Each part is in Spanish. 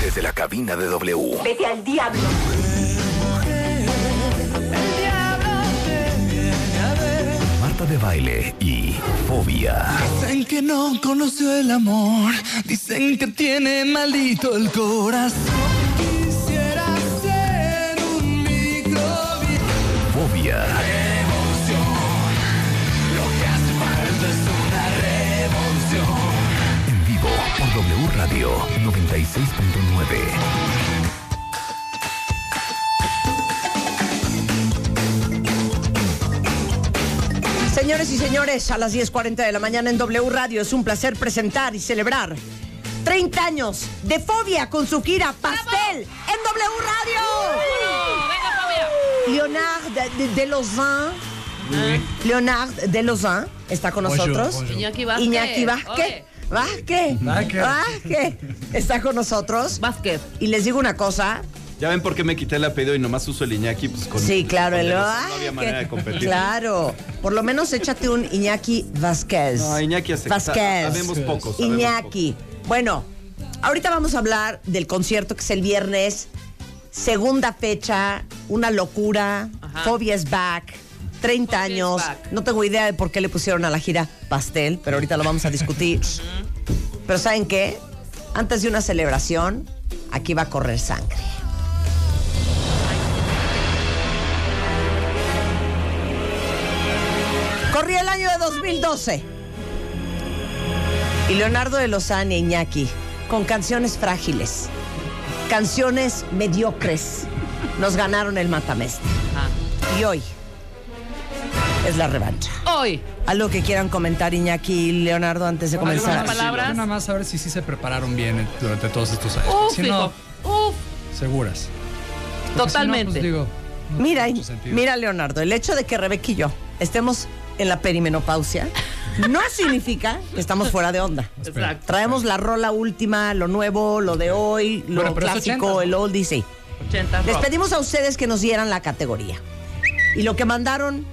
desde la cabina de W. Vete al diablo. Marta de baile y fobia. Dicen que no conoció el amor, dicen que tiene maldito el corazón. Quisiera ser un microbio. Fobia. En vivo por W Radio 96.9. Señores y señores, a las 10.40 de la mañana en W Radio es un placer presentar y celebrar 30 años de fobia con su gira Pastel en W Radio. Leonard de, de Ah. Lausanne. Leonard de Lausanne está con Bonjour, nosotros. bonjour. Iñaki Vázquez. Iñaki Vázquez. Oye, Vázquez. Vázquez. Vázquez. Está con nosotros. Vázquez. Y les digo una cosa. Ya ven por qué me quité el apellido y nomás uso el Iñaki, pues con. Sí, claro, con el de los- Vázquez. No había manera de competir. Claro. Por lo menos échate un Iñaki Vázquez. No, Iñaki hace- Vázquez. sabemos poco, sabemos Iñaki. Bueno, ahorita vamos a hablar del concierto que es el viernes. Segunda fecha, una locura. Ajá. Fobia is back. 30 Fobia is años. back. No tengo idea de por qué le pusieron a la gira pastel, pero ahorita lo vamos a discutir. pero ¿saben qué? Antes de una celebración, aquí va a correr sangre. Corría el año de 2012. Y Leonardo de Lozane Iñaki, con canciones frágiles, canciones mediocres, nos ganaron el matamesta. Y hoy es la revancha. Hoy, Algo que quieran comentar Iñaki y Leonardo antes de comenzar. ¿Algunas palabras? Yo nada más a ver si sí se prepararon bien durante todos estos años. uf, si no, hijo, uf, seguras. Porque si no, totalmente. pues, digo, no Mira, tiene mucho sentido. mira Leonardo, el hecho de que Rebeca y yo estemos en la perimenopausia no significa que estamos fuera de onda. Exacto. Traemos la rola última, lo nuevo, lo de hoy, lo Bueno, pero es clásico, 80s, ¿no? el oldie, sí. 80 rock. Les pedimos a ustedes que nos dieran la categoría. Y lo que mandaron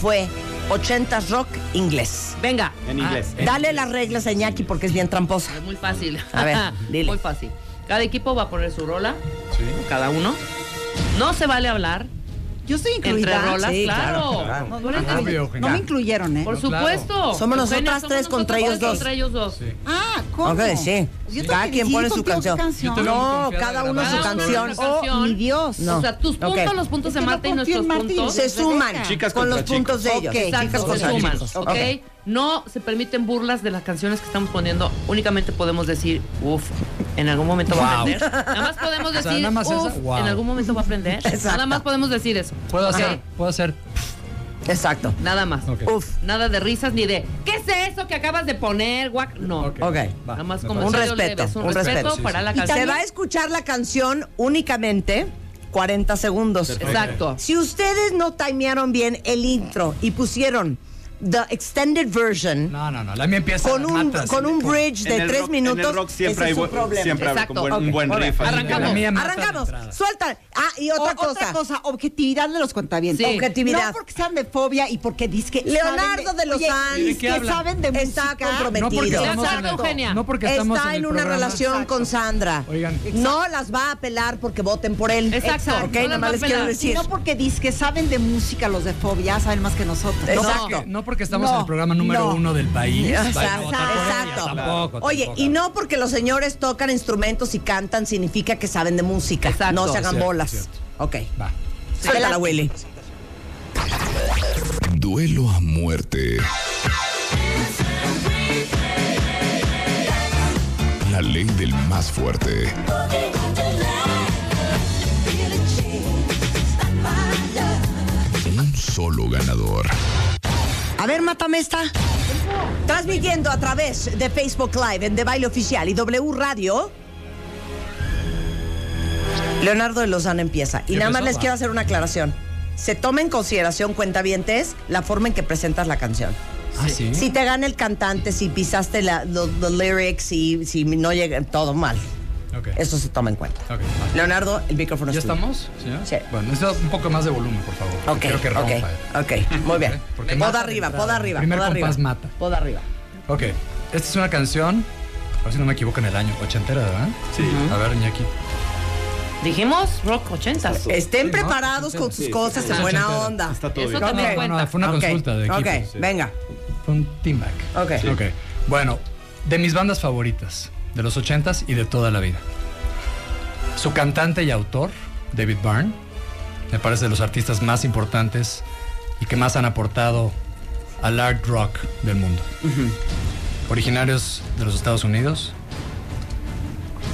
fue 80s rock inglés. Venga. En Ah, inglés. En Dale las reglas a Iñaki porque es bien tramposa. es muy fácil. A ver, dile. Muy fácil. Cada equipo va a poner su rola, Sí. cada uno. No se vale hablar Yo estoy incluida. entre rolas, Sí, claro. claro, claro. Por eso- Obvio, No me incluyeron, ¿eh? Por Claro. supuesto. Somos nosotras Eugenia, tres contra ellos tres dos. contra ellos dos. Sí. Ah, ¿cómo? Ok, sí. Yo tengo Cada que quien decidir pone su contigo qué Yo canción. te veo muy No, confiada cada de uno la su Cada uno canción. nuestra canción. Oh, mi Dios. No. O sea, tus puntos, Ok. los puntos Es de que no Marta y confío nuestros en Marta y puntos. Se suman Chicas con contra los puntos chicos. de ellos. Ok, chicas Exacto, se contra suman, chicos. ¿ok? Ok. No se permiten burlas de las canciones que estamos poniendo. Únicamente podemos decir, uff, en algún momento va a Wow. aprender. Nada más podemos sea, decir, nada más "Uf, esa, wow. en algún momento va a aprender. Exacto. Nada más podemos decir eso. Puedo ¿ok? hacer, puedo hacer. Exacto. Nada más. Ok. Uf. Nada de risas ni de, ¿qué es eso que acabas de poner? guac?" No. Ok. Ok. va, Nada más me como Un parece. sello respeto, leves, un, un respeto, respeto. para la Y canción. Se va a escuchar la canción únicamente 40 segundos. Exacto. Si ustedes no timearon bien el intro y pusieron the extended version No, no, no. La mía empieza con las un, matas. con un bridge el de tres rock- minutos, En el rock siempre ese hay es un buen- problema. siempre abre con Exacto. buen- un Ok. buen riff. así que- La Arrancamos. mía mata de Arrancamos, entrada. suelta. Ah, y otra, cosa. cosa, objetividad de los cuentavientes. Sí. Objetividad. No porque sean de fobia y porque dizque Leonardo saben de los oye, Sanz. dizque ¿De qué hablan? saben de música. Está comprometido. No porque metido. estamos en Exacto, el- Eugenia. No porque estamos Está en en el una programa. relación con Sandra. Oigan. no las va a apelar porque voten por él. Exacto. Ok, No nada las va más a les quiero apelar. Y decir. no porque dizque saben de música los de fobia, saben más que nosotros. Exacto. No porque, no porque estamos en No, el programa número no. uno del país. Ya, Vaya, exacto, otra cosa, exacto. Tampoco, Oye, tampoco. y no porque los señores tocan instrumentos y cantan significa que saben de música. Exacto. No se hagan Cierto, bolas. cierto. Ok. Va. Suéltala, Willy. Duelo a muerte. La ley del más fuerte. Un solo ganador. A ver, mátame esta. Transmitiendo a través de Facebook Live en The Baile Oficial y W Radio. Leonardo de Lozano empieza. Y ¿Ya nada más empezó? Ah. les Va. quiero hacer una aclaración. Se toma en consideración, cuentavientes, la forma en que presentas la canción. Ah, sí. Si te gana el cantante, si pisaste la- los los lyrics, y si no llega todo mal. Ok. Eso se toma en cuenta. Ok, va. Leonardo, el micrófono ¿Ya es tuyo. estamos? señor? Sí. Bueno, necesito un poco más de volumen, por favor. porque Ok, Quiero que rompa. ¿eh? ok, ok, muy bien. Ok, porque Poda mata de arriba, entrada. poda arriba, Primer poda arriba. compás mata. Poda arriba. Ok, esta es una canción, ver si no me equivoco en el año. Ochentera, ¿verdad? Sí. A ver, Iñaki. Dijimos rock 80. Estén Sí, ¿no? preparados con sus Sí, cosas sí, en sí. buena Ochentera. onda. Está todo Eso bien. también. Ok. cuenta. Ah, No, no, fue una Ok, consulta de equipo. Ok, sí. venga. Fue un team back. Ok. Sí. Ok. Bueno, de mis bandas favoritas, de los 80s y de toda la vida. Su cantante y autor, David Byrne, me parece de los artistas más importantes y que más han aportado al art rock del mundo. Originarios de los Estados Unidos,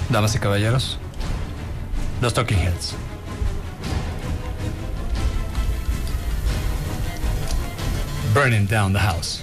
damas y caballeros, los Talking Heads. Burning down the house.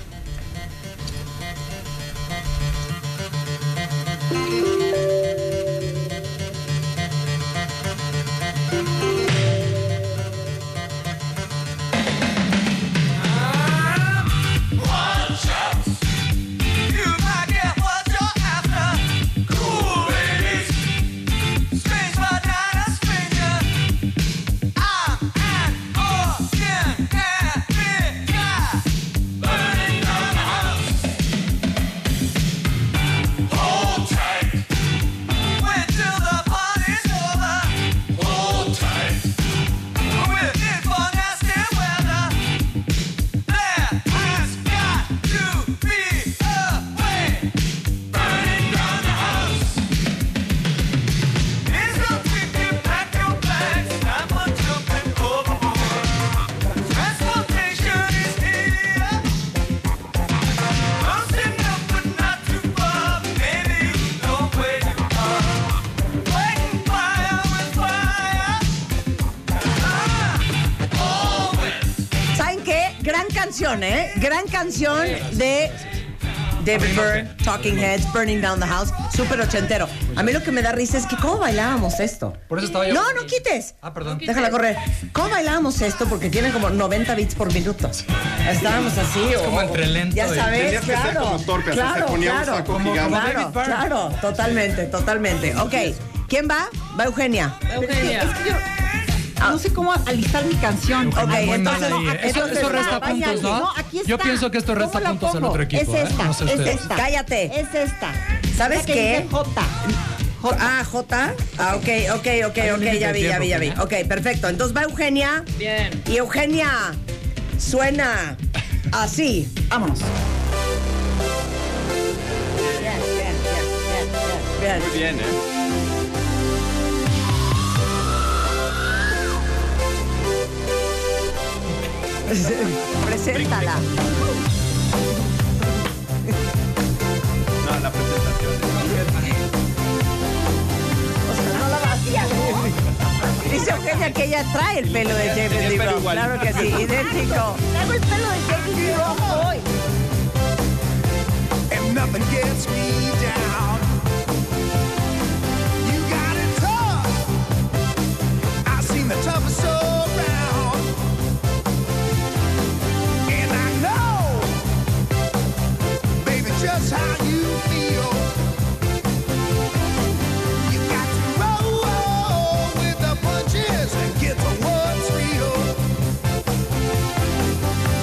¿Saben qué? Gran canción, ¿eh? Gran canción de David Byrne, Talking Heads, Burning Down the House, súper ochentero. A mí lo que me da risa es que cómo bailábamos esto. Por eso estaba yo- No, no quites. Ah, perdón. Déjala correr. ¿Cómo bailábamos esto? Porque tienen como 90 beats por minuto. Estábamos así. o- como entre lento Ya y- sabes, Tenías que ser claro. como torpe, hasta se claro, ponía un claro, saco como- gigante. Claro, David Byrne. claro, totalmente, totalmente. Ok, ¿quién va? Va Eugenia. Eugenia. Es que yo no sé cómo alistar mi canción. Ok, Muy mal entonces- ahí, ¿eh? entonces eso, eso va, resta vaya, puntos, ¿no? no, aquí Yo está. pienso que esto ¿Cómo resta la puntos al pongo? otro equipo. Es ¿eh? esta, No sé es ustedes. esta. Cállate. Es esta. ¿Sabes La que qué? dice J. Ah, J. Ah, ok, ok, ok, Hay un ok, límite ya de vi, ya tiempo, vi, ya vi. Eugenia. Ok, perfecto. Entonces va Eugenia. Bien. Y Eugenia suena así. Vámonos. Bien. Muy bien, ¿eh? Preséntala. No, la presentación. Dice Eugenia que ella trae el pelo de James Tenía el D. pelo Rock. igual. Claro que sí, idéntico. Traigo el pelo de Jackie Rojo hoy. and nothing gets me down. You got it tough. I've seen the toughest soul around. And I know, baby, just how you feel. You got to roll with the punches and get to what's real.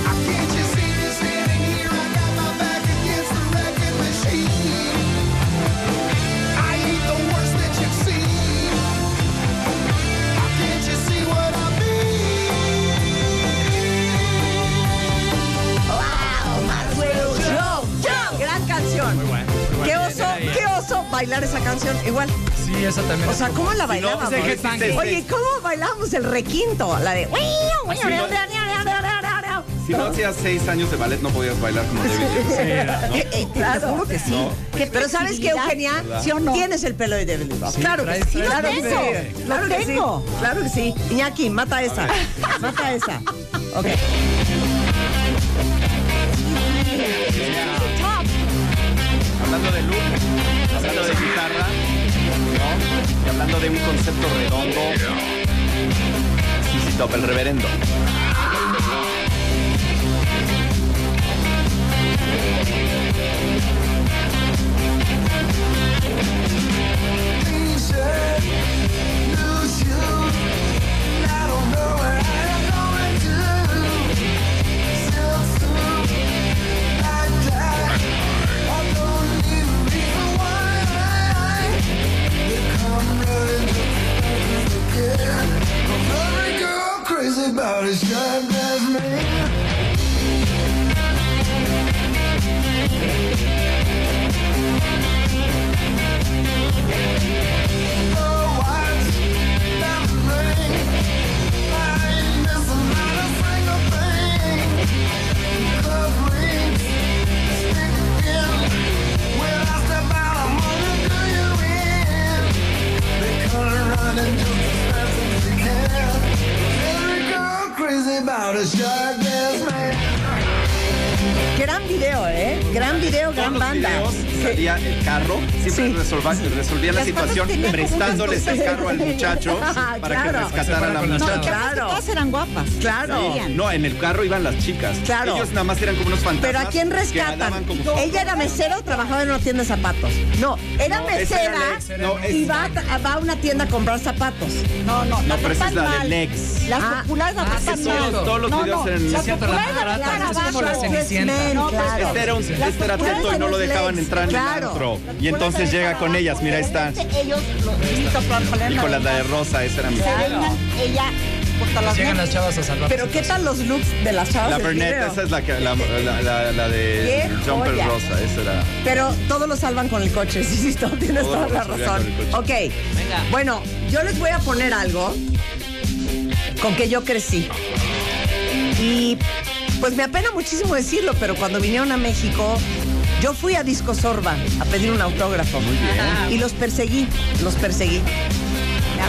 I can't you see me standing here? I got my back against the wrecking machine. I ain't the worst that you've seen. How can't you see what I mean? Wow, Bueno, yo, yo. Gran canción. Qué oso, qué oso bailar esa canción igual. Sí, esa también. O es sea, como- ¿cómo la bailábamos? pues, es headbanging. Oye, ¿cómo bailamos el requinto? La de... Si no hacías seis años de ballet, no podías bailar como David. Jones. Eh, eh, te Claro. lo juro que sí. No. pues, Qué Pero ¿sabes qué, flexibilidad. Eugenia? ¿Sí o no? Tienes el pelo de David Lee Roth. Claro que traes- sí. traes Claro lo que tengo, sí. lo tengo. Claro que sí. Claro que sí. Iñaki, mata esa. Mata esa. Ok. Hablando de look, hablando de guitarra, ¿no? Y hablando de un concepto redondo. Sí, sí, top, el reverendo. I don't even reason why Nobody shines me. Oh, I did everything. I ain't missing out a single thing. Love rings, stick again. When I step out, I'm gonna do you in. They come running just as fast as they can. Every girl crazy about a shark dance man. Gran video, ¿eh? Gran video, Todos gran los banda. videos Sí. salía el carro, siempre Sí. resolva- resolvían la Las fotos situación tenían como prestándoles unas el carro al muchacho Ah, para que claro. rescataran a la No, No, claro. Claro. muchacha. Claro. todas eran guapas. Claro. Salían. No, en el carro iban las chicas. Claro. Ellos nada más eran como unos fantasmas. Pero ¿a quién que andaban rescatan? como fantasmas. Ella era mesera o trabajaba en una tienda de zapatos. No, era esa mesera era Lex, era- no, y es- va a, va a una tienda a comprar zapatos. No, no, No, la pero esa es tratan la de mal. Lex. Las Ah, populares la ah, tratan sí, mal. cierto. Todos los no, videos no, eran- la Es cierto, la popular más barata, la es tratan como la abajo. Cenicienta. Dressman, No, pero claro. Este era un, Las este era populares teto y no en lo el dejaban Lex, entrar en claro. el antro. Y entonces llega con ellas, mira, ahí está. Ellos, los listo, pronto, le Y con la andan- de Rosa, esa era mi Se vengan, ella, corta las Pues Llegan manos. las chavas a salvar. Pero ¿qué tal los looks de las chavas? La del Bernetta, video? esa es la, que, la, la, la- la de ¡Qué Jumper joya! Rosa, esa era. Pero todos lo salvan con el coche, sí, sí, todo- tienes Todos toda lo la resolvían razón. con el Ok. Bueno, yo les voy a poner algo con que yo crecí. Y pues me apena muchísimo decirlo, pero cuando vinieron a México, yo fui a Disco Sorba a pedir un autógrafo. Y los perseguí, los perseguí.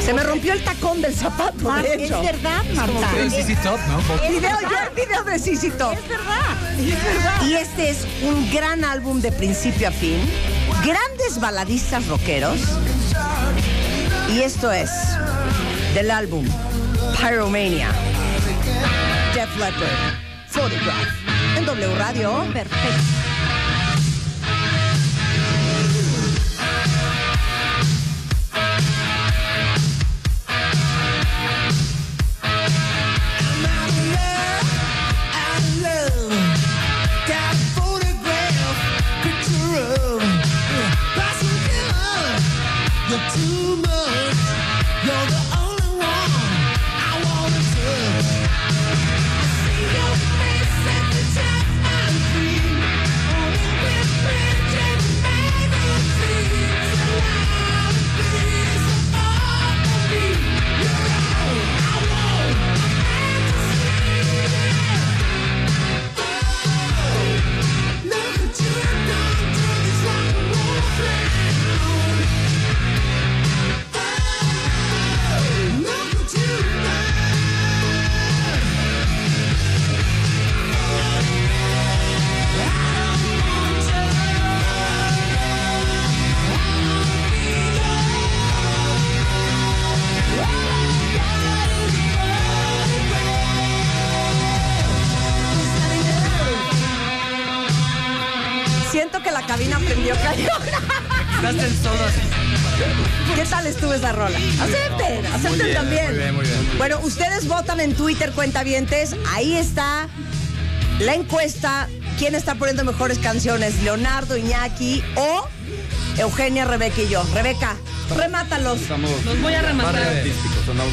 Se me rompió el tacón del zapato, Ah, de Es hecho. verdad, Marta. Pero en CC Top, ¿no? El video, yo el video de Sissi Top. Es verdad, es verdad. Y este es un gran álbum de principio a fin. Grandes baladistas rockeros. Y esto es del álbum Pyromania. Def Leppard. Photograph. En W Radio. Perfecto. Siento que la cabina prendió cañón. ¿Qué tal estuvo esa rola? Acepten, acepten bien, también. muy bien, muy bien. Bueno, ustedes votan en Twitter, cuentavientes. Ahí está la encuesta. ¿Quién está poniendo mejores canciones? ¿Leonardo, Iñaki o Eugenia, Rebeca y yo? Rebeca, remátalos. Los voy a rematar. Barrebe.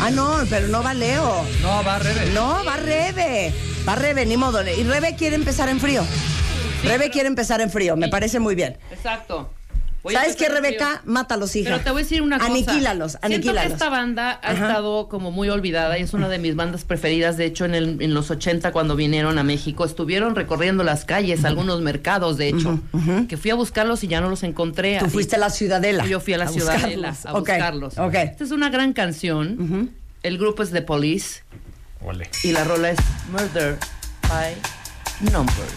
Ah, no, pero no va Leo. No, va Rebe. No, va Rebe. Va Rebe, ni modo. Y Rebe quiere empezar en frío. Rebe quiere empezar en frío, me parece muy bien. Exacto. Voy a ¿Sabes qué, empezar el Rebeca? trío. Mátalos, hija. pues, Pero te voy a decir una cosa. Aniquílalos, aniquílalos. Siento que esta banda ha Ajá. estado como muy olvidada y es una de mis bandas preferidas. De hecho, en, el- en los 80, cuando vinieron a México, estuvieron recorriendo las calles, algunos mercados, de hecho, que fui a buscarlos y ya no los encontré. Tú Y- fuiste a la Ciudadela. Yo fui a la A Ciudadela buscarlos. a Ok, buscarlos. ok. Esta es una gran canción. El grupo es The Police. Y la rola es Murder by Numbers.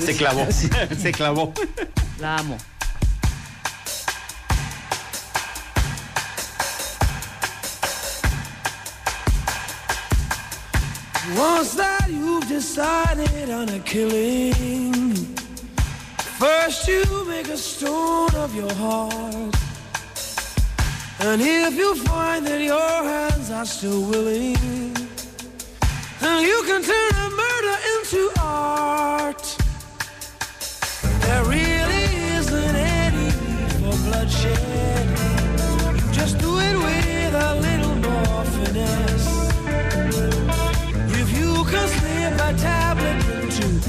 Se clavó, se clavó. La amo. Once that you've decided on a killing, first you make a stone of your heart. And if you find that your hands are still willing, then you can turn a murder into art. There really isn't any need for bloodshed. You just do it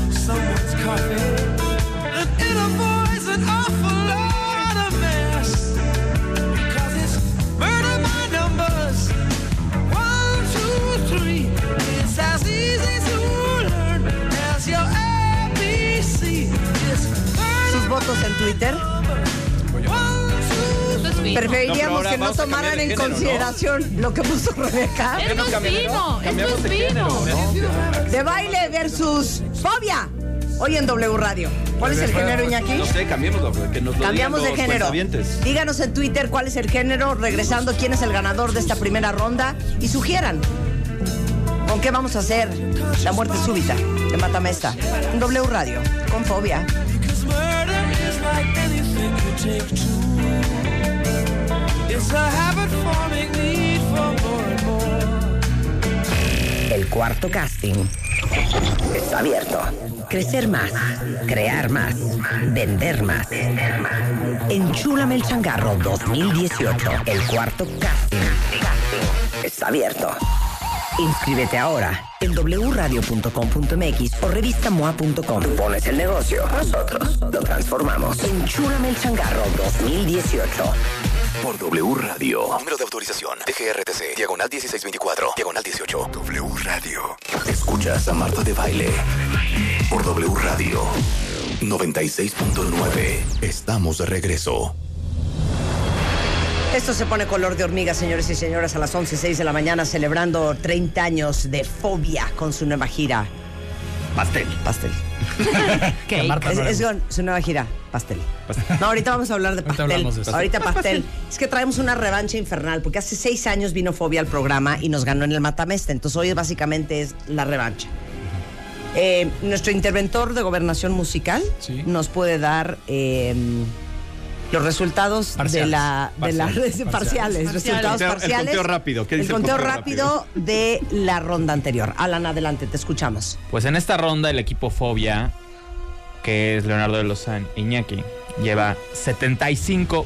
perfect. An inner voice, an awful lot of mess. Because it's murder by numbers. One, two, three. It's as easy to learn as your ABC. It's Sus murder votos en Twitter. by one, two, Esto es fino. Preferiríamos ahora que no vamos a tomaran cambiar de en género, ¿no? consideración lo que puso Rebeca. Esto es vino, esto Cambiamos es de género, vino. ¿no? De baile versus fobia. Hoy en W Radio. ¿Cuál es el género, Iñaki? No sé, cambiémoslo, que nos lo Cambiamos de digan los género. cuentavientes. Díganos en Twitter cuál es el género, regresando quién es el ganador de esta primera ronda y sugieran con qué vamos a hacer la muerte súbita de Matamesta en W Radio con fobia. Because murder is like anything you take to. It's a habit forming need for more and more. El cuarto casting está abierto. Crecer más, crear más, vender más. Enchúlame el changarro 2018. El cuarto casting está abierto. Inscríbete ahora en wradio.com.mx o revista moa.com. Tú pones el negocio, nosotros lo transformamos. Enchúlame el changarro 2018. Por W Radio. Número de autorización. TGRTC. Diagonal 1624. Diagonal 18. W Radio. Escuchas a Marta de Baile. Por W Radio. 96.9. Estamos de regreso. Esto se pone color de hormiga, señores y señoras, a las 11.06 de la mañana, celebrando 30 años de fobia con su nueva gira. Pastel. Pastel. Que Marta Es, Ah, no era es con su nueva gira, pastel. No, ahorita vamos a hablar de Ahorita pastel. hablamos de eso. Ahorita pastel. Es que traemos una revancha infernal, porque hace seis años vino Fobia al programa y nos ganó en el Matamesta. Entonces hoy básicamente es la revancha. Eh, nuestro interventor de gobernación musical Sí. nos puede dar eh, los resultados de Parciales. la, de la- Parciales. parciales, resultados El conteo- el parciales. conteo rápido. ¿Qué El dice el conteo conteo rápido de la ronda anterior. Alan, adelante, te escuchamos. Pues en esta ronda el equipo Fobia, que es Leonardo de Lozán Iñaki, lleva 75%.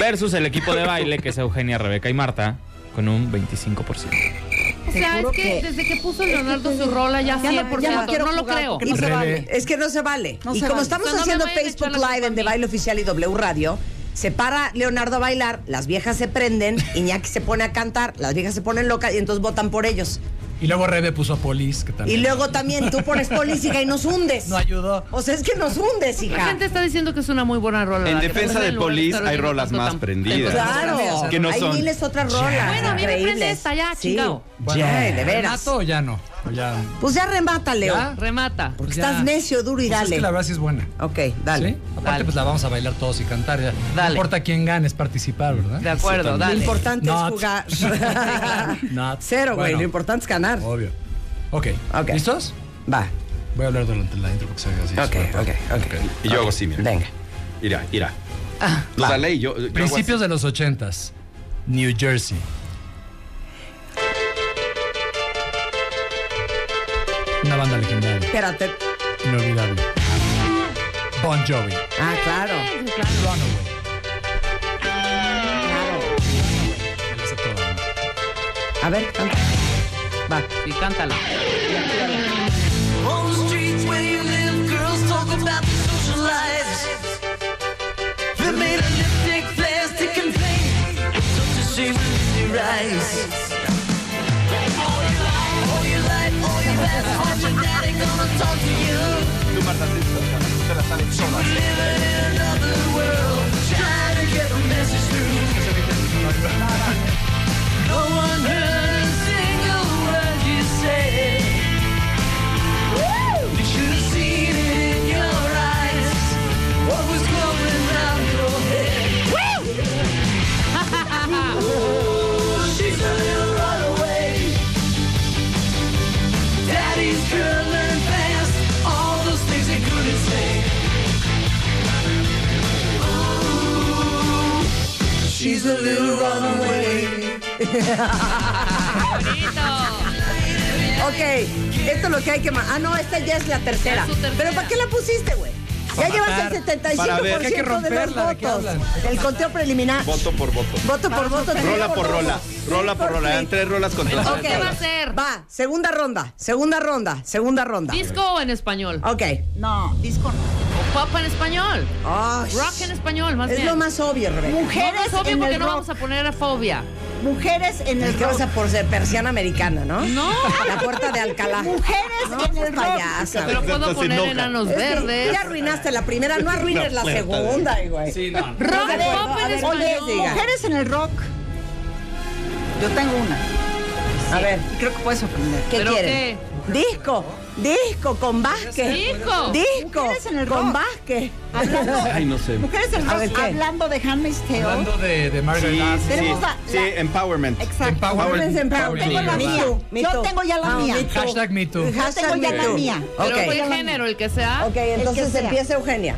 Versus el equipo de baile, que es Eugenia, Rebeca y Marta, con un 25%. O Te sea, es juro que que- desde que puso Leonardo su rola ya Ya no- 100%, ya no, no quiero lo jugar, creo. porque no Y- se Rebe. vale. Es que no se vale. No y se como vale. estamos No, no me haciendo vayan a echar Facebook la culpa Live a en mí. The Baile Oficial y W Radio, se para Leonardo a bailar, las viejas se prenden, Iñaki se pone a cantar, las viejas se ponen locas y entonces votan por ellos. Y luego Rebe puso a Polis, que Y también. luego también tú pones política y nos hundes. No ayudó. O sea, es que nos hundes, La hija. gente está diciendo que es una muy buena rola. En la que defensa pasa de lugar Police, estar hay oyendo rolas tanto más tam- prendidas. Claro, Que no hay son. miles otras rolas. Bueno, a mí me prende increíbles. esta ya, Sí. chingao. Bueno, Ya, de veras. ¿Renato o ya no? O ya- Pues ya remata, Leo. ¿Ya? Ah, Remata. Porque Ya. estás necio, duro y Pues dale. Es que la verdad sí es buena. Ok, dale. ¿Sí? Aparte, Dale. pues la vamos a bailar todos y cantar. ya. No Dale. importa quién gane, es participar, ¿verdad? De acuerdo, Sí, dale. Lo importante Not. es jugar. Not. Cero, güey. Bueno. Lo importante es ganar. Oh. Obvio. Ok. Ok. ¿Listos? Va. Voy a hablar durante la intro porque se ve así. Ok, súper ok, padre. ok. Y yo hago así, mira. Venga. Irá, irá. Ah. Tú dale y yo. yo hago Principios de los ochentas. New Jersey. Una banda legendaria, Espérate. inolvidable. Bon Jovi. Ah, claro. Runaway. Me la sé toda, ¿no? A ver, canta. Va. Y cántala. On the streets where you live, girls talk about their social lives. They're made of lipstick, plastic, and paint. Such a shame when they rise. All your life, all your past, watch your daddy gonna talk to you. Living in another world, trying to get a message through. No one heard a single word you said. You should have seen it in your eyes. What was going round your head? oh, she's a little runaway. Daddy's curling fast. All those things they couldn't say. Ooh, she's a little runaway. Ok. Esto es lo que hay que. ma- Ah, no, esta ya es la tercera. Es su tercera. Pero ¿para qué la pusiste, güey? Ya para llevas matar, el 75% para ver. Hay que de los romperla, ¿de qué votos. hablan? El conteo preliminar. Voto por voto. Voto por voto. Rola por rola. Rola por rola. Eran tres rolas con tres. Ok. ¿Qué va a ser? Va, segunda ronda, segunda ronda, segunda ronda. ¿Disco o en español? Ok. No, disco no. ¿O pop en español? Ay, ¿Rock en español, más es bien? lo más obvio, Rebeca. No, no Mujeres es obvio en porque el no rock. vamos a poner a fobia. Mujeres en el ¿Qué vas rock. a por ser persiana americana, no? No. La puerta de Alcalá. Mujeres No, pues, en el rock. payasa. Pero güey. puedo Se poner enoja. enanos Es que verdes. Ya arruinaste la primera, no arruines la segunda, güey. Sí, no. Rock, A ver, pop a ver, en oye, español. diga. Mujeres en el rock. Yo tengo una. A ver, Y creo que puedes sorprender. ¿qué ¿Pero quieren? Disco, disco con Vázquez. Disco. Disco Mujeres en el con rock. Vázquez. Ay, no sé. Mujeres en el A rock. ver, ¿qué? Hablando de Handmaid's Tale. Hablando de, de Margaret Sí, Atwood. sí, Tenemos la- sí, la- empowerment. Exacto. Empowerment. Women's Empowerment. Empowerment. Tengo la Sí, mía. va. Me Yo too. tengo ya la Ah, mía. me too. Hashtag me too. Hashtag Yo tengo me ya la too. mía. Pero Ok. fue el género, el que sea. Ok, entonces sea. empieza Eugenia.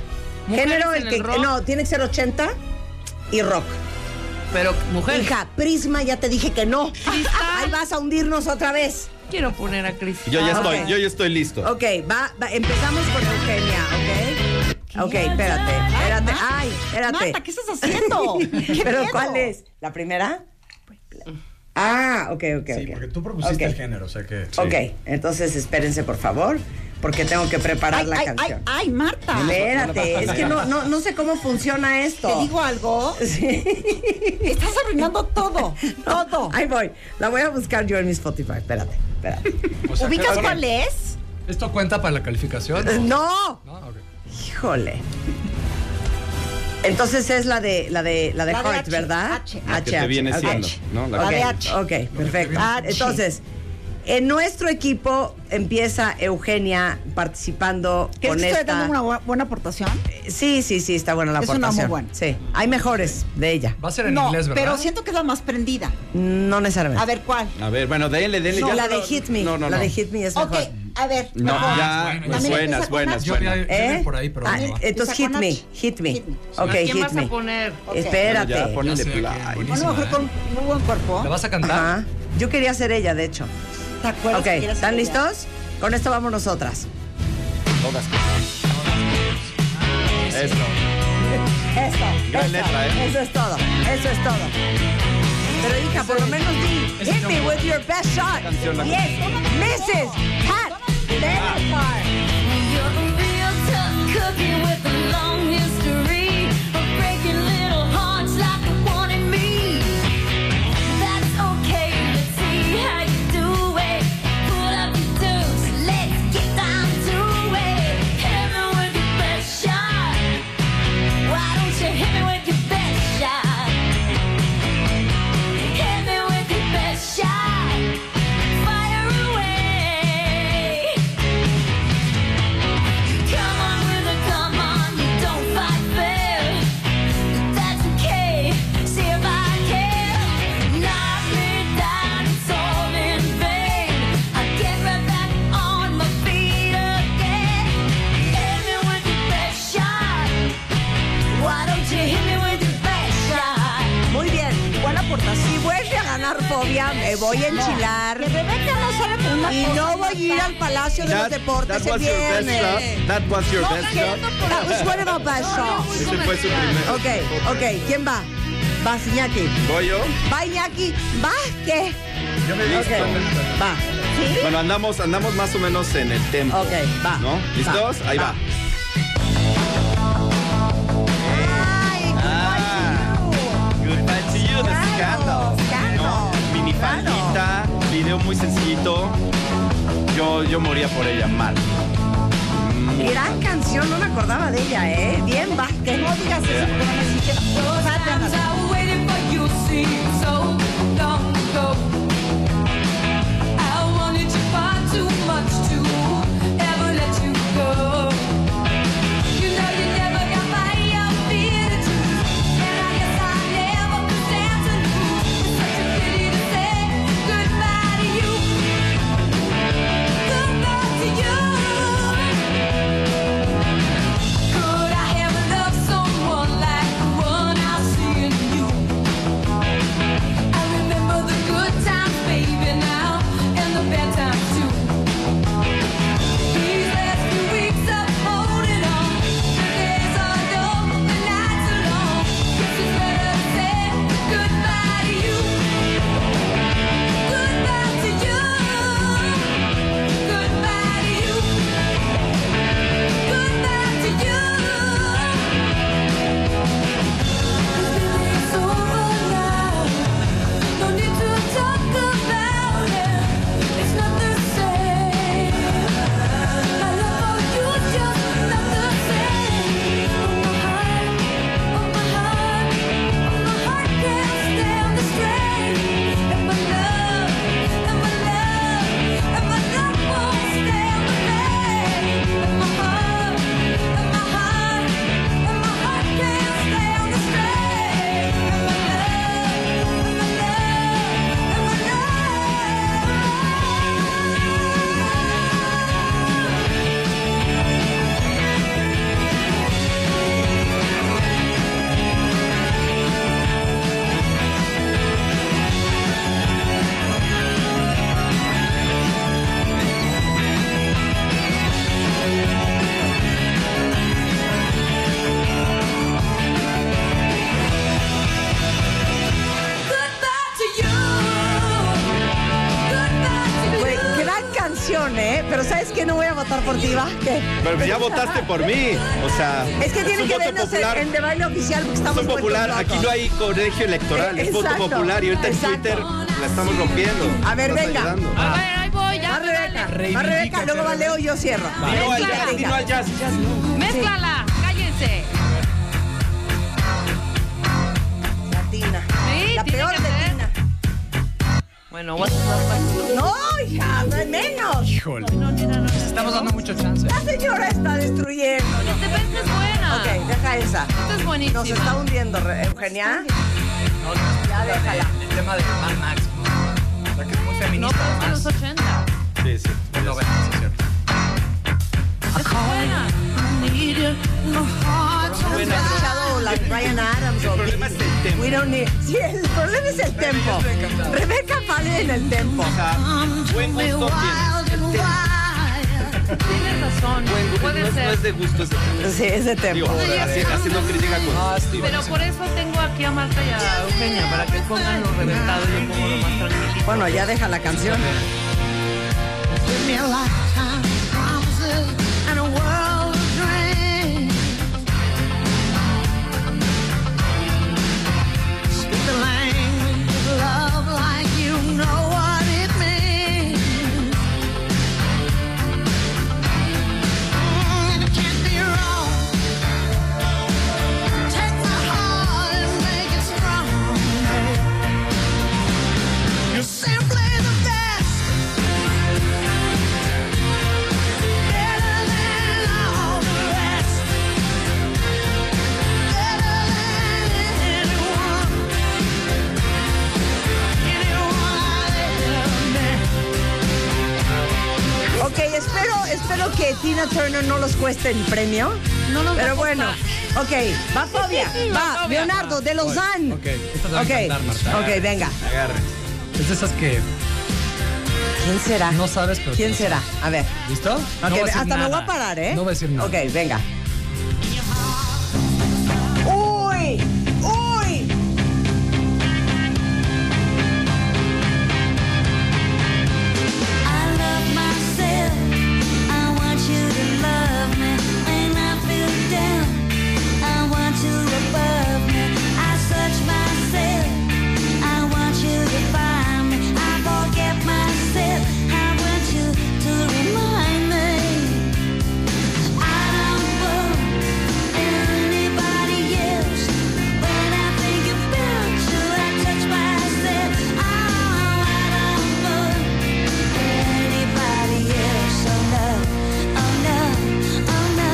Mujeres Género en el el que rock. no, tiene que ser 80 y rock. Pero mujer. Hija, Prisma ya te dije que no. Cristal. Ahí vas a hundirnos otra vez. Quiero poner a Cristal. Yo ya Ah, estoy, ok. yo ya estoy listo. Ok, va, va, empezamos con Eugenia, ¿ok? Ok, espérate, espérate. Ay, espérate. Marta, ¿qué estás haciendo? ¿Qué ¿Pero miedo? cuál es? ¿La primera? Ah, ok, ok, ok. Sí, porque tú propusiste Ok. el género, o sea que. Ok, entonces espérense, por favor, porque tengo que preparar Ay, la ay, Ah, ay, canción. ay, Marta. Espérate, es que no, no, no sé cómo funciona esto. Te digo algo. Estás arruinando todo. Todo. Ahí voy. La voy a buscar yo en mi Spotify. Espérate, espérate. O sea, ¿Ubicas que- cuál es? ¿Esto cuenta para la calificación? Pues Eh. ¡No! No, ok. Híjole. Entonces es la de la de la de La de Heart, H, ¿verdad? H, La que te viene ok. siendo, ¿no? La Ok, que- La de Ok, perfecto. H. Entonces, en nuestro equipo empieza Eugenia participando ¿Crees con que estoy esta. dando una bu- buena aportación? Sí, sí, sí, está buena la Es una muy aportación. buena. Sí, hay mejores de ella. Va a ser en no, inglés, ¿verdad? pero siento que es la más prendida. No necesariamente. A ver, ¿cuál? A ver, bueno, denle, denle. No, ya la no de lo- Hit Me. No, no, la no. de Hit Me es Ok, mejor. a ver. No, mejor. Ah, ya, es buena, pues es buena. buenas, buenas, Yo vi buenas. yo ¿Eh? vi por ahí, pero Ah, no va. entonces hit me, hit me. Hit me. Ok, ¿Quién hit vas me. a poner? Ok. Bueno, Espérate. ya, ponle Ya sé, play. ok, A lo mejor con muy buen cuerpo. ¿La vas a cantar? Ajá. Yo quería ser ella, de hecho. ¿Te acuerdas Ok, que quieres ¿están que ella- listos? Con esto vamos nosotras. Eso. Eso. Gran eso, letra, ¿eh? Eso es todo. Eso es todo. Pero hija, por lo menos di, hit me with your best shot. Canción, la Yes, Mrs. Pat Benatar. Muy bien. Buena aportación. Si vuelve a ganar fobia, me voy a enchilar. Que Rebeca no sale por una Y cosa no voy a ir al Palacio de los That, Deportes that el was your best shot. viernes. Ah, That was your No, best que- shot. That was one of our best shots. Ese fue su primer. Ok, ok. ¿Quién va? Va Iñaki. Voy yo. Va Iñaki. Va ¿qué? Yo me listo. Va. ¿Sí? Bueno, andamos, andamos más o menos en el tempo. Ok, va. ¿No? Va, ¿Listos? Ahí va. Ay, Ah. Goodbye to you, de Claro, Scandal. claro, ¿No? Mini claro. faldita, video muy sencillito. Yo, yo moría por ella, mal. Muy gran canción, no me acordaba de ella, ¿eh? Bien Vázquez. No digas eso. mal. Could I ever love someone like the one I see in you? ¿eh? votar por ti, ¿va? ¿Qué? Pero ya votaste por mí. O sea, Es que tiene un que voto vernos en, popular. en de baile oficial porque voto estamos vueltos popular. locos. Aquí no hay colegio electoral, es voto Exacto, popular. Y ahorita en exacto. Twitter la estamos rompiendo. A ver, Estás venga. ayudando. Ah, A ver, ahí voy, ya. Va Ah. Rebeca, va Rebeca, luego va Leo y yo cierro. Dino Venga, al jazz, venga. dino al jazz. Mézclala, cállense. La tina. Sí, La tiene peor que de ser. tina. Bueno, what- No, hija, no hay menos. Híjole. Estamos dando mucho chance. La señora está destruyendo. Este pez es buena. Ok, deja esa. Esta es Ah. buenísima. Nos está hundiendo, Re- Eugenia. Ya déjala. El tema de Mad Max. ¿no? O sea, que es muy No, feminista. pero es de además. los 80. Sí, sí. No, bueno, eso es cierto. Buena. Hemos escuchado la de Brian Adams o El problema es el tema. We don't need. Sí, el problema es el tempo. Rebeca vale en el tempo. O sea, buen gusto tienes. Tienes razón. Buen gusto. No Puede es- no ser. es de gusto este Sí, es de Digo, tempo. así- haciendo crítica constructiva. Pero por eso tengo aquí a Marta y a Eugenia, para que pongan los reventados y yo pongo lo más tranquilito. Bueno, ya deja la canción. Mm, Simply the best. Better than all the rest. Better than anyone. Ok, espero, espero que Tina Turner no los cueste el premio. No nos va Pero a bueno, ok, va Fobia, va, Fobia. Leonardo, de los Dan. Ok, esta te va a Ok, encantar, Marta. ok, venga. Agarren. Es de esas que ¿Quién será? no sabes, pero. ¿Quién será? A ver. ¿Listo? No Ok, voy a decir hasta me voy nada. a parar, ¿eh? No voy a decir nada. Ok, venga. ¡Uy! ¡Uy! I love myself. I want you to love me when I feel down. I want you above me. I search myself. I want you to find me. I forget myself. I want you to remind me. I don't want anybody else. When I think about you, I touch myself. Oh, I don't want anybody else. Oh no, oh no, oh no.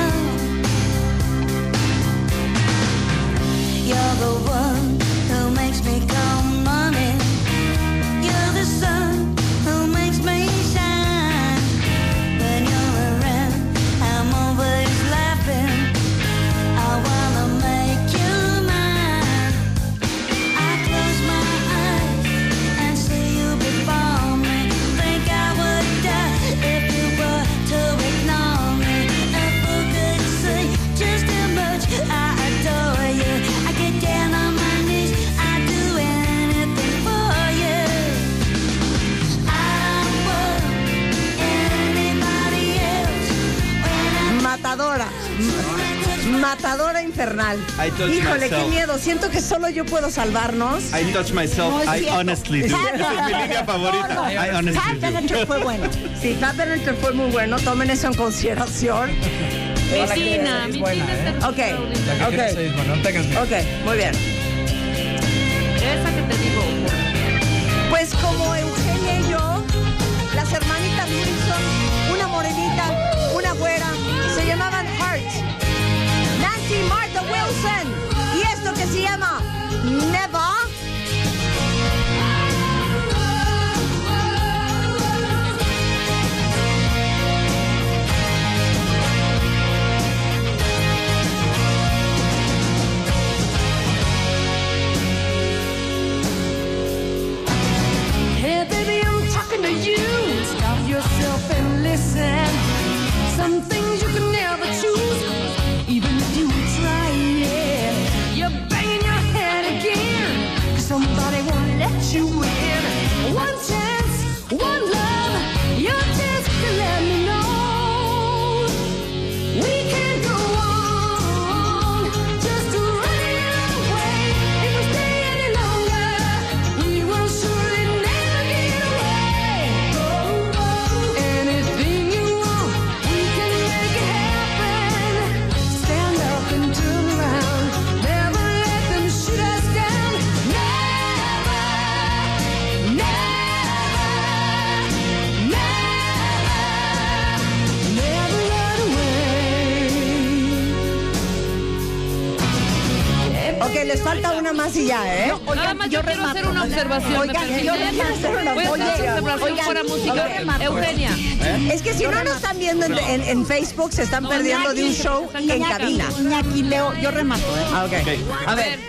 You're the one who makes me come morning. You're the sun who makes me shine. When you're around, I'm always laughing. I wanna make you mine. I close my eyes and see you before me. Think I would die if you were to ignore me. If you could see just how much I adore you, I get down on my knees. I do anything for you. I don't want anybody else. When I Matadora. Matadora infernal. I touch Híjole, myself. qué miedo. Siento que solo yo puedo salvarnos. I touch myself. I honestly do. Esa es mi liga favorita. I Ah, honestly pues, do. fue bueno. Sí, Fat Benetton fue muy bueno. Tomen eso en consideración. Eh, Mi Tina, mi Tina es hermosa, Ok. Paulina. Ya que Ok. quieres seis, bueno, no tengas miedo. Ok, muy bien. Esa que te digo. Pues como Eugenia y yo, las hermanitas Wilson, una morenita, una güera, se llamaban Hart. Nancy Martha Wilson. Y esto que se llama Never. Hey, baby, I'm talking to you. Stop yourself and listen. Some things you can never choose, even if you try it. You're banging your head again. les falta una más y ya, ¿eh? No, oigan, Nada más yo yo quiero remato. hacer una observación, ¿me Oigan, yo permiten? quiero hacer una Voy a hacer una observación fuera música. Eugenia. ¿Eh? Es que si Yo no nos remato. están viendo en, No. en- en Facebook, se están perdiendo de un show en cabina. Iñaki, Leo, yo remato, ¿eh? Ah, ok. A ver,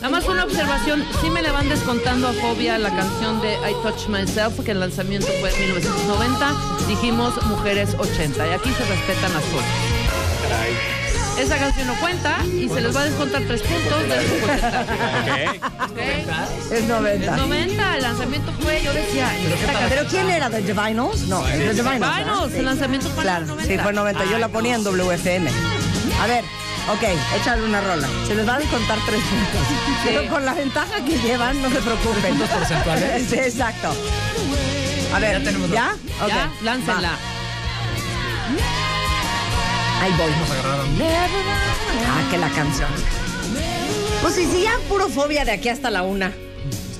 nada más una observación. Sí me la van descontando a Fobia la canción de I Touch Myself, que el lanzamiento fue en 1990. Dijimos Mujeres 80. Y aquí se respetan las cosas. Esa canción no cuenta y se les va a descontar tres puntos de su porcentaje. Ok. Es 90. Es 90, el lanzamiento fue, yo decía, esta canción- ¿Pero quién era? ¿The Divinos? No, Sí, The sí, Divinos. Divinos, ¿verdad? el lanzamiento fue en claro, los 90. Sí, fue en 90. Yo Ay, la ponía en WFM. A ver, ok, échale una rola. Se les va a descontar tres puntos. Pero con la ventaja que llevan, no se preocupen. Puntos porcentuales. Sí, exacto. A ver, ¿ya? Tenemos ¿Ya? Ok, Ya, láncenla. va. Ahí voy. Ah, que la canción. Pues si ya puro fobia de aquí hasta la una.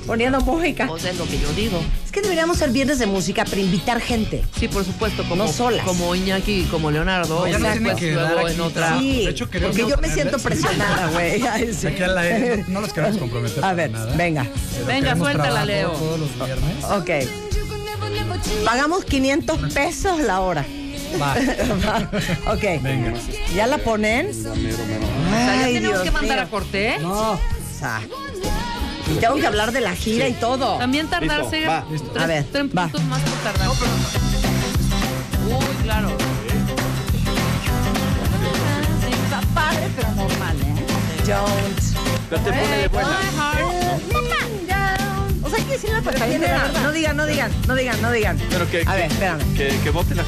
Poniendo música. O sea, es lo que yo digo. Es que deberíamos ser viernes de música para invitar gente. Sí, por supuesto, como, No solas. como Iñaki, como Leonardo. Oye, ya no después tienen que luego dar aquí en otra. Sí, De hecho, queremos porque yo me ponerles- siento presionada, güey. Ay, sí. Aquí al aire no, no los queremos comprometer. A ver, venga. Venga, suéltala, Leo. Todos los viernes. Ok. Pagamos 500 pesos la hora. Va. Va. ok. ¿Ya la ponen? O sea, ya Ay, tenemos Dios que mandar mío. a corte. ¿eh? No. O sea, y tengo que hablar de la gira y todo. También tardarse Listo, va. tres, Listo. A ver, tres puntos más por tardar. Uy, claro. Está padre, pero normal, ¿eh? Don't. No te ponele buena. O sea, hay que decir la verdad. No digan, no digan, no digan, no digan. Pero que, A ver, espérame. Que, que vote la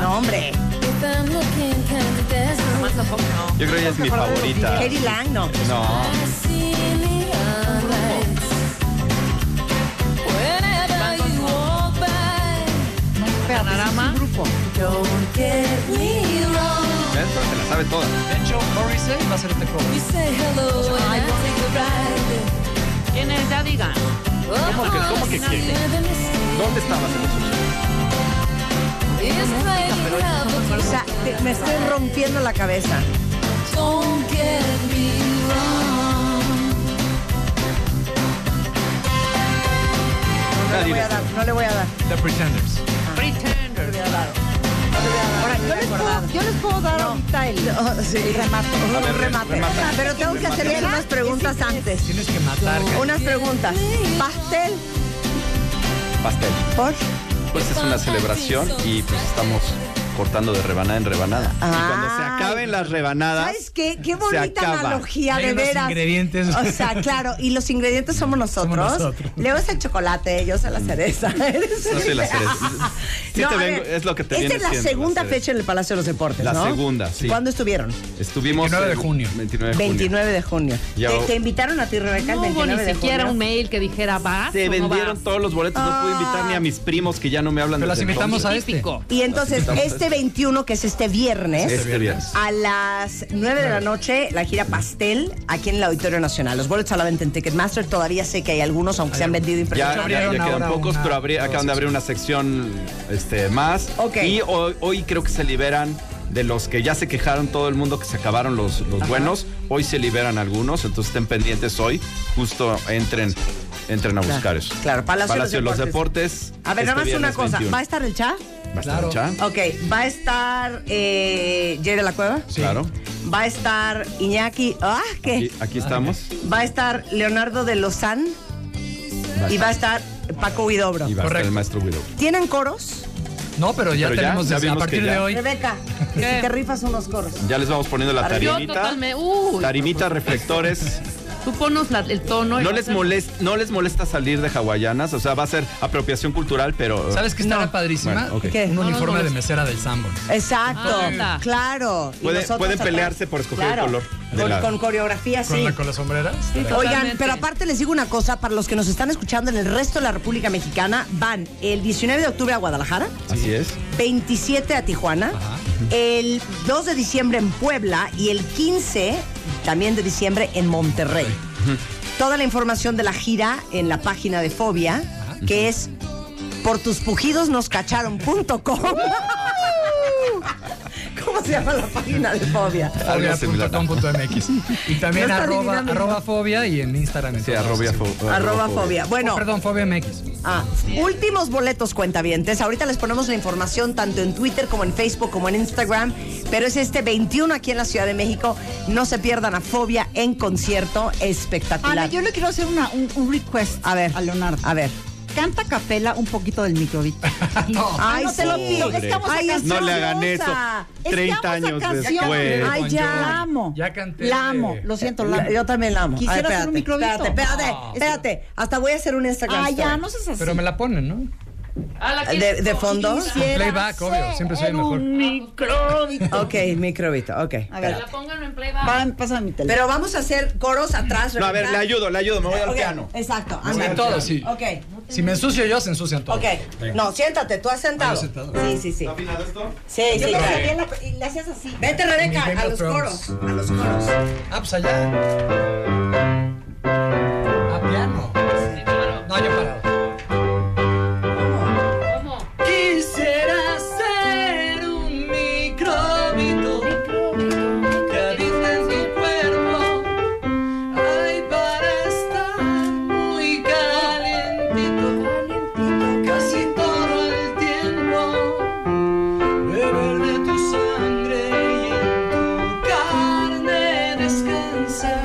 No, hombre. Yo creo que ella es mi favorita. Katie Lang, no. No. ¿eh? Panorama. ¿Ves? Pero se la sabe toda. De hecho, Morrissey va a ser este cover. ¿Quién es? Ya digan. ¿Cómo que, cómo que quién? ¿Dónde estabas en los ochenta? O sea, te- me estoy rompiendo la cabeza. No le voy a dar, no le voy a dar. The Pretenders. Pretender. Ahora, yo les puedo, yo les puedo dar ahorita el, el remate. A ver, Un remate. remata. Ah, Pero tengo que Remata. hacerles unas preguntas antes. Tienes que matar. cara. Unas preguntas. Pastel. Pastel. ¿Por? Pues es una celebración y pues estamos cortando de rebanada en rebanada. Y cuando se acaben las rebanadas. Ah. ¿Sabes qué? Qué se bonita acaba. analogía, Hay de unos veras. ingredientes. O sea, claro, y los ingredientes somos nosotros. nosotros. Leo es el chocolate, yo soy la cereza. Yo soy la cereza. Sí No, te a vengo- ver, es lo que te Esta viene es la siendo, segunda la cereza. fecha en el Palacio de los Deportes, La ¿no? segunda, sí. ¿Cuándo estuvieron? Estuvimos. 29 de el junio. 29 de junio. 29 de junio. Ya ¿Te, hubo- te invitaron a ti, Rebeca, el No hubo 29 ni de siquiera junio? un mail que dijera va. Se vendieron todos los boletos. No pude invitar ni a mis primos que ya no me hablan Pero las desde invitamos a entonces. este. Y entonces, Así que estamos- este 21, que es este viernes, Este viernes. Ah, a las 9 de la noche, la gira Pastel, aquí en el Auditorio Nacional. Los boletos a la venta en Ticketmaster. Todavía sé que hay algunos, aunque se han vendido Ya, impresionantes. ya, ya abrieron quedan ahora pocos, una- pero abrí- dos acaban de abrir una sección este, más. Ok. Y hoy, hoy creo que se liberan de los que ya se quejaron todo el mundo que se acabaron los, los buenos. Hoy se liberan algunos, entonces estén pendientes hoy. Justo entren, entren a Claro, buscar eso. claro, Palacio de los de los Deportes. A ver, nada más este una viernes cosa. 21. ¿Va a estar el chat? Va a estar Claro. Cha, Ok, va a estar eh, Jerry La Cueva. Claro. Va a estar Iñaki. ¡Ah, Aquí, qué! aquí estamos. Va a estar Leonardo de Lozán y va a estar Paco Huidobro. Y va a estar Correcto. el maestro Guido. ¿Tienen coros? No, pero ya Pero ya, tenemos ya desde- a vimos que partir ya. de hoy. Rebeca, que si te rifas unos coros. Ya les vamos poniendo la Yo tarimita. totalmente. Uy. Tarimita, reflectores. Tú ponos la- el tono. y No lo les, hacemos. molest- no les molesta salir de hawaianas, o sea, va a ser apropiación cultural, pero... ¿Sabes qué estará padrísima? Bueno, ok. ¿Qué? Un No, no, uniforme no, de no. mesera del Sambo. Exacto, Ah, Anda. claro. Y Pueden- nosotros pueden atrás. pelearse por escoger el color de Con, la- con coreografía, Con, sí. la- con las sombreras. to- Oigan, Totalmente. pero aparte les digo una cosa, para los que nos están escuchando en el resto de la República Mexicana, van el 19 de octubre a Guadalajara, Así es. 27 a Tijuana, Ajá. el 2 de diciembre en Puebla y el 15 también de diciembre en Monterrey. Toda la información de la gira en la página de Fobia, que es por tus pujidos nos cacharon.com. ¿Cómo se llama la página de Fobia? Fobia.com.mx. Y también No está arroba, adivinando. arroba fobia y en Instagram. Sí, arroba fo- Arroba fobia. Bueno. perdón, fobia MX. Ah, últimos boletos cuentavientes. Ahorita les ponemos la información tanto en Twitter como en Facebook como en Instagram. Pero es este 21 aquí en la Ciudad de México. No se pierdan a Fobia en concierto espectacular. Ana, yo le quiero hacer una- un, un request a, Leonardo. A ver. Canta a capela un poquito del microbito. Ay, no te lo sí. pido. Estamos Ay, a canción. no le hagan eso. Estamos 30 a años canción. después. Ay, Con ya. Joy. La amo. Ya canté. La amo. Lo siento, la amo. Yo también la amo. Quisiera Ay, hacer un microbito. Espérate, espérate, espérate. Hasta voy a hacer un Instagram. Ay, ya, story. Ah, no seas así. Pero me la ponen, ¿no? ¿De, de fondo? Playback, obvio. Siempre soy el mejor. microbito. Ok, microbito, ok. A ver, espérate. Pónganlo en playback. Ah, pá- pásame mi teléfono. Pero vamos a hacer coros atrás. No, a ver, le ¿verdad? ayudo, le ayudo, me voy al Ok, piano. Exacto. Sí, anda. todo, sí. Ok, Si me ensucio yo, se ensucian todos. ok. Venga. No, siéntate, tú has Ah, sentado. yo sentado. Sí, sí, sí. afinado esto? Sí, sí, sí. Bien la- y le hacías así. Vete, Rebeca, Game a of los Thrones. coros. A los coros. Ah, pues allá. A piano. No, yo parado. Quisiera ser un microbito que habita en mi cuerpo. Ay, para estar muy calientito, casi todo el tiempo. Beber de tu sangre y en tu carne descansar.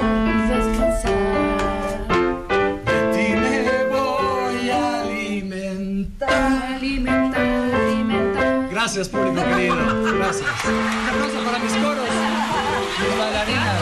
De ti me voy a alimentar. Gracias, público querido. Gracias. Un aplauso para mis coros. Mis bailarinas.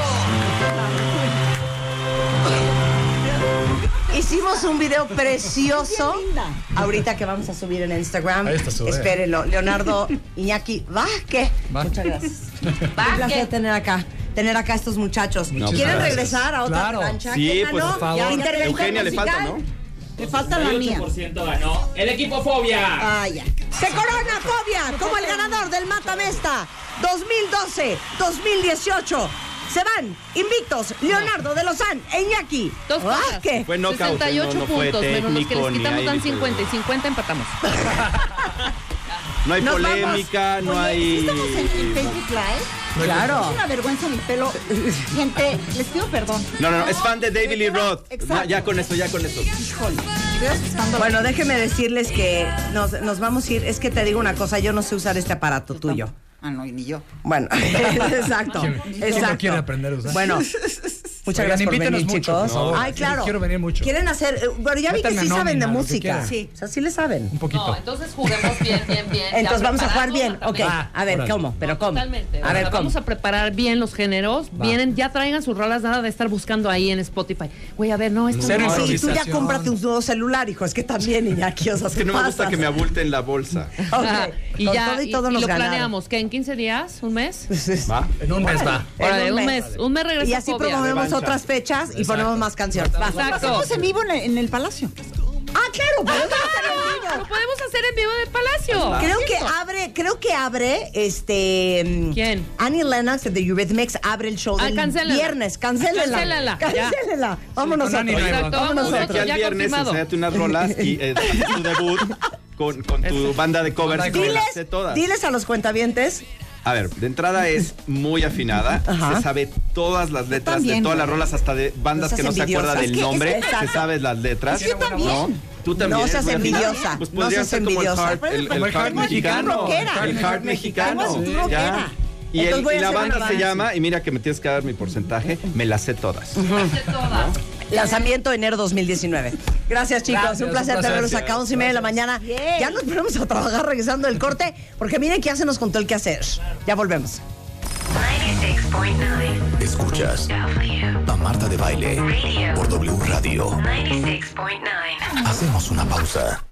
Hicimos un video precioso. Bien linda. Ahorita que vamos a subir en Instagram. Ahí está, sube. Espérenlo. Leonardo Iñaki Vázquez. Va. Muchas gracias. Un placer tener acá. Tener acá a estos muchachos. Muchas ¿Quieren gracias. regresar a otra Claro. plancha? Sí, ¿Quién pues, ganó? por favor. Intervención Eugenia le falta, musical. ¿no? Me falta la mía. ganó el equipo Fobia. Ay, ya. Se corona Fobia como el ganador del Mata Mesta 2012-2018. Se van invictos Leonardo de Lozán e Iñaki. Dos cosas. Vázquez. Fue knockout, 68 no- no fue puntos, menos los que técnico, les ni quitamos aire, dan ni 50 y 50 empatamos. No hay Nos vamos. polémica, no Oye, hay. ¿sí Estamos en, en Facebook Live. Es Claro. una vergüenza mi pelo. Y entre, les pido perdón. No, no, no, es fan de David Lee Roth. Exacto. No, ya con esto, ya con esto. Híjole. Estoy asustando. Bueno, déjeme decirles que nos, nos vamos a ir. Es que te digo una cosa, yo no sé usar este aparato tuyo. Ah, no, y ni yo. Bueno, exacto. ¿Quién- quién no exacto. quiere aprender a usar? Bueno, muchas Oigan, gracias por invítenos venir, mucho, por chicos. favor. Ay, claro. Quiero venir mucho. Quieren hacer. eh, Bueno, ya vi que Métanme sí a saben de nómina, lo que música. quieran. Sí, o sea, sí le saben. Un poquito. No, entonces juguemos bien, bien, bien. Ya Entonces vamos a jugar preparados, bien. Ok, totalmente. Va, a ver, órale. ¿cómo? ¿Pero No, cómo? Totalmente. A ver, ¿cómo? Vamos a preparar bien los géneros. Va. Vienen, ya traigan sus rolas, nada de estar buscando ahí en Spotify. Güey, a ver, no, esto Cero no. Sí, tú ya improvisación. cómprate un nuevo celular, hijo. Es que también, Iñaki, o sea, Es que no me gusta que me abulten la bolsa. Ajá. Y ya, todo y y- todo y nos lo ganaron. planeamos. ¿Qué? ¿En 15 días? ¿Un mes? ¿Va? En un mes va. En Órale, un mes. Un mes regresa Y así Fobia. promovemos Revancha. otras fechas y ponemos más canciones. Va. Exacto. Estamos en vivo en el, en el palacio. Ah, claro, podemos hacer en Ah, vivo. Lo podemos hacer en vivo de Palacio. Creo que abre, creo que abre, este... mm, ¿Quién? Annie Lennox de The Eurythmics abre el show Ah, del cancélala. viernes. Cancélela. Cancélala, ya. Cancélela. Vámonos con Annie nosotros. Lennox. Exacto, Vamos vamos De nosotros. Pues aquí al ya viernes, confirmado. enséñate unas rolas y eh, haz tu debut con, con tu banda de covers. Banda de Me las covers. Diles, sé todas. diles a los cuentavientes. A ver, de entrada es muy afinada. Ajá. Se sabe todas las letras de también, todas güey. las rolas, hasta de bandas No que seas no se envidiosa. acuerda Es del que- nombre. es- exacto. se sabe las letras. Es que yo también. ¿No? Tú también. No eres seas muy afinada. envidiosa. Pues No podría seas ser como el envidiosa. heart, el, el Como el heart heart mexicano. rockera. El heart mexicano. Tú Sí, rockera. ya. Y, Entonces el- voy a y la hacer una banda se banda. llama, y mira que me tienes que dar mi porcentaje, me las sé todas. Lanzamiento de enero 2019. Gracias, chicos. Gracias, un placer un placer. tenerlos acá a 11 y media de la mañana. Ya nos ponemos a trabajar regresando del corte, porque miren que ya se nos contó el que hacer. Ya volvemos. Escuchas a Marta de Baile por W Radio. Hacemos una pausa.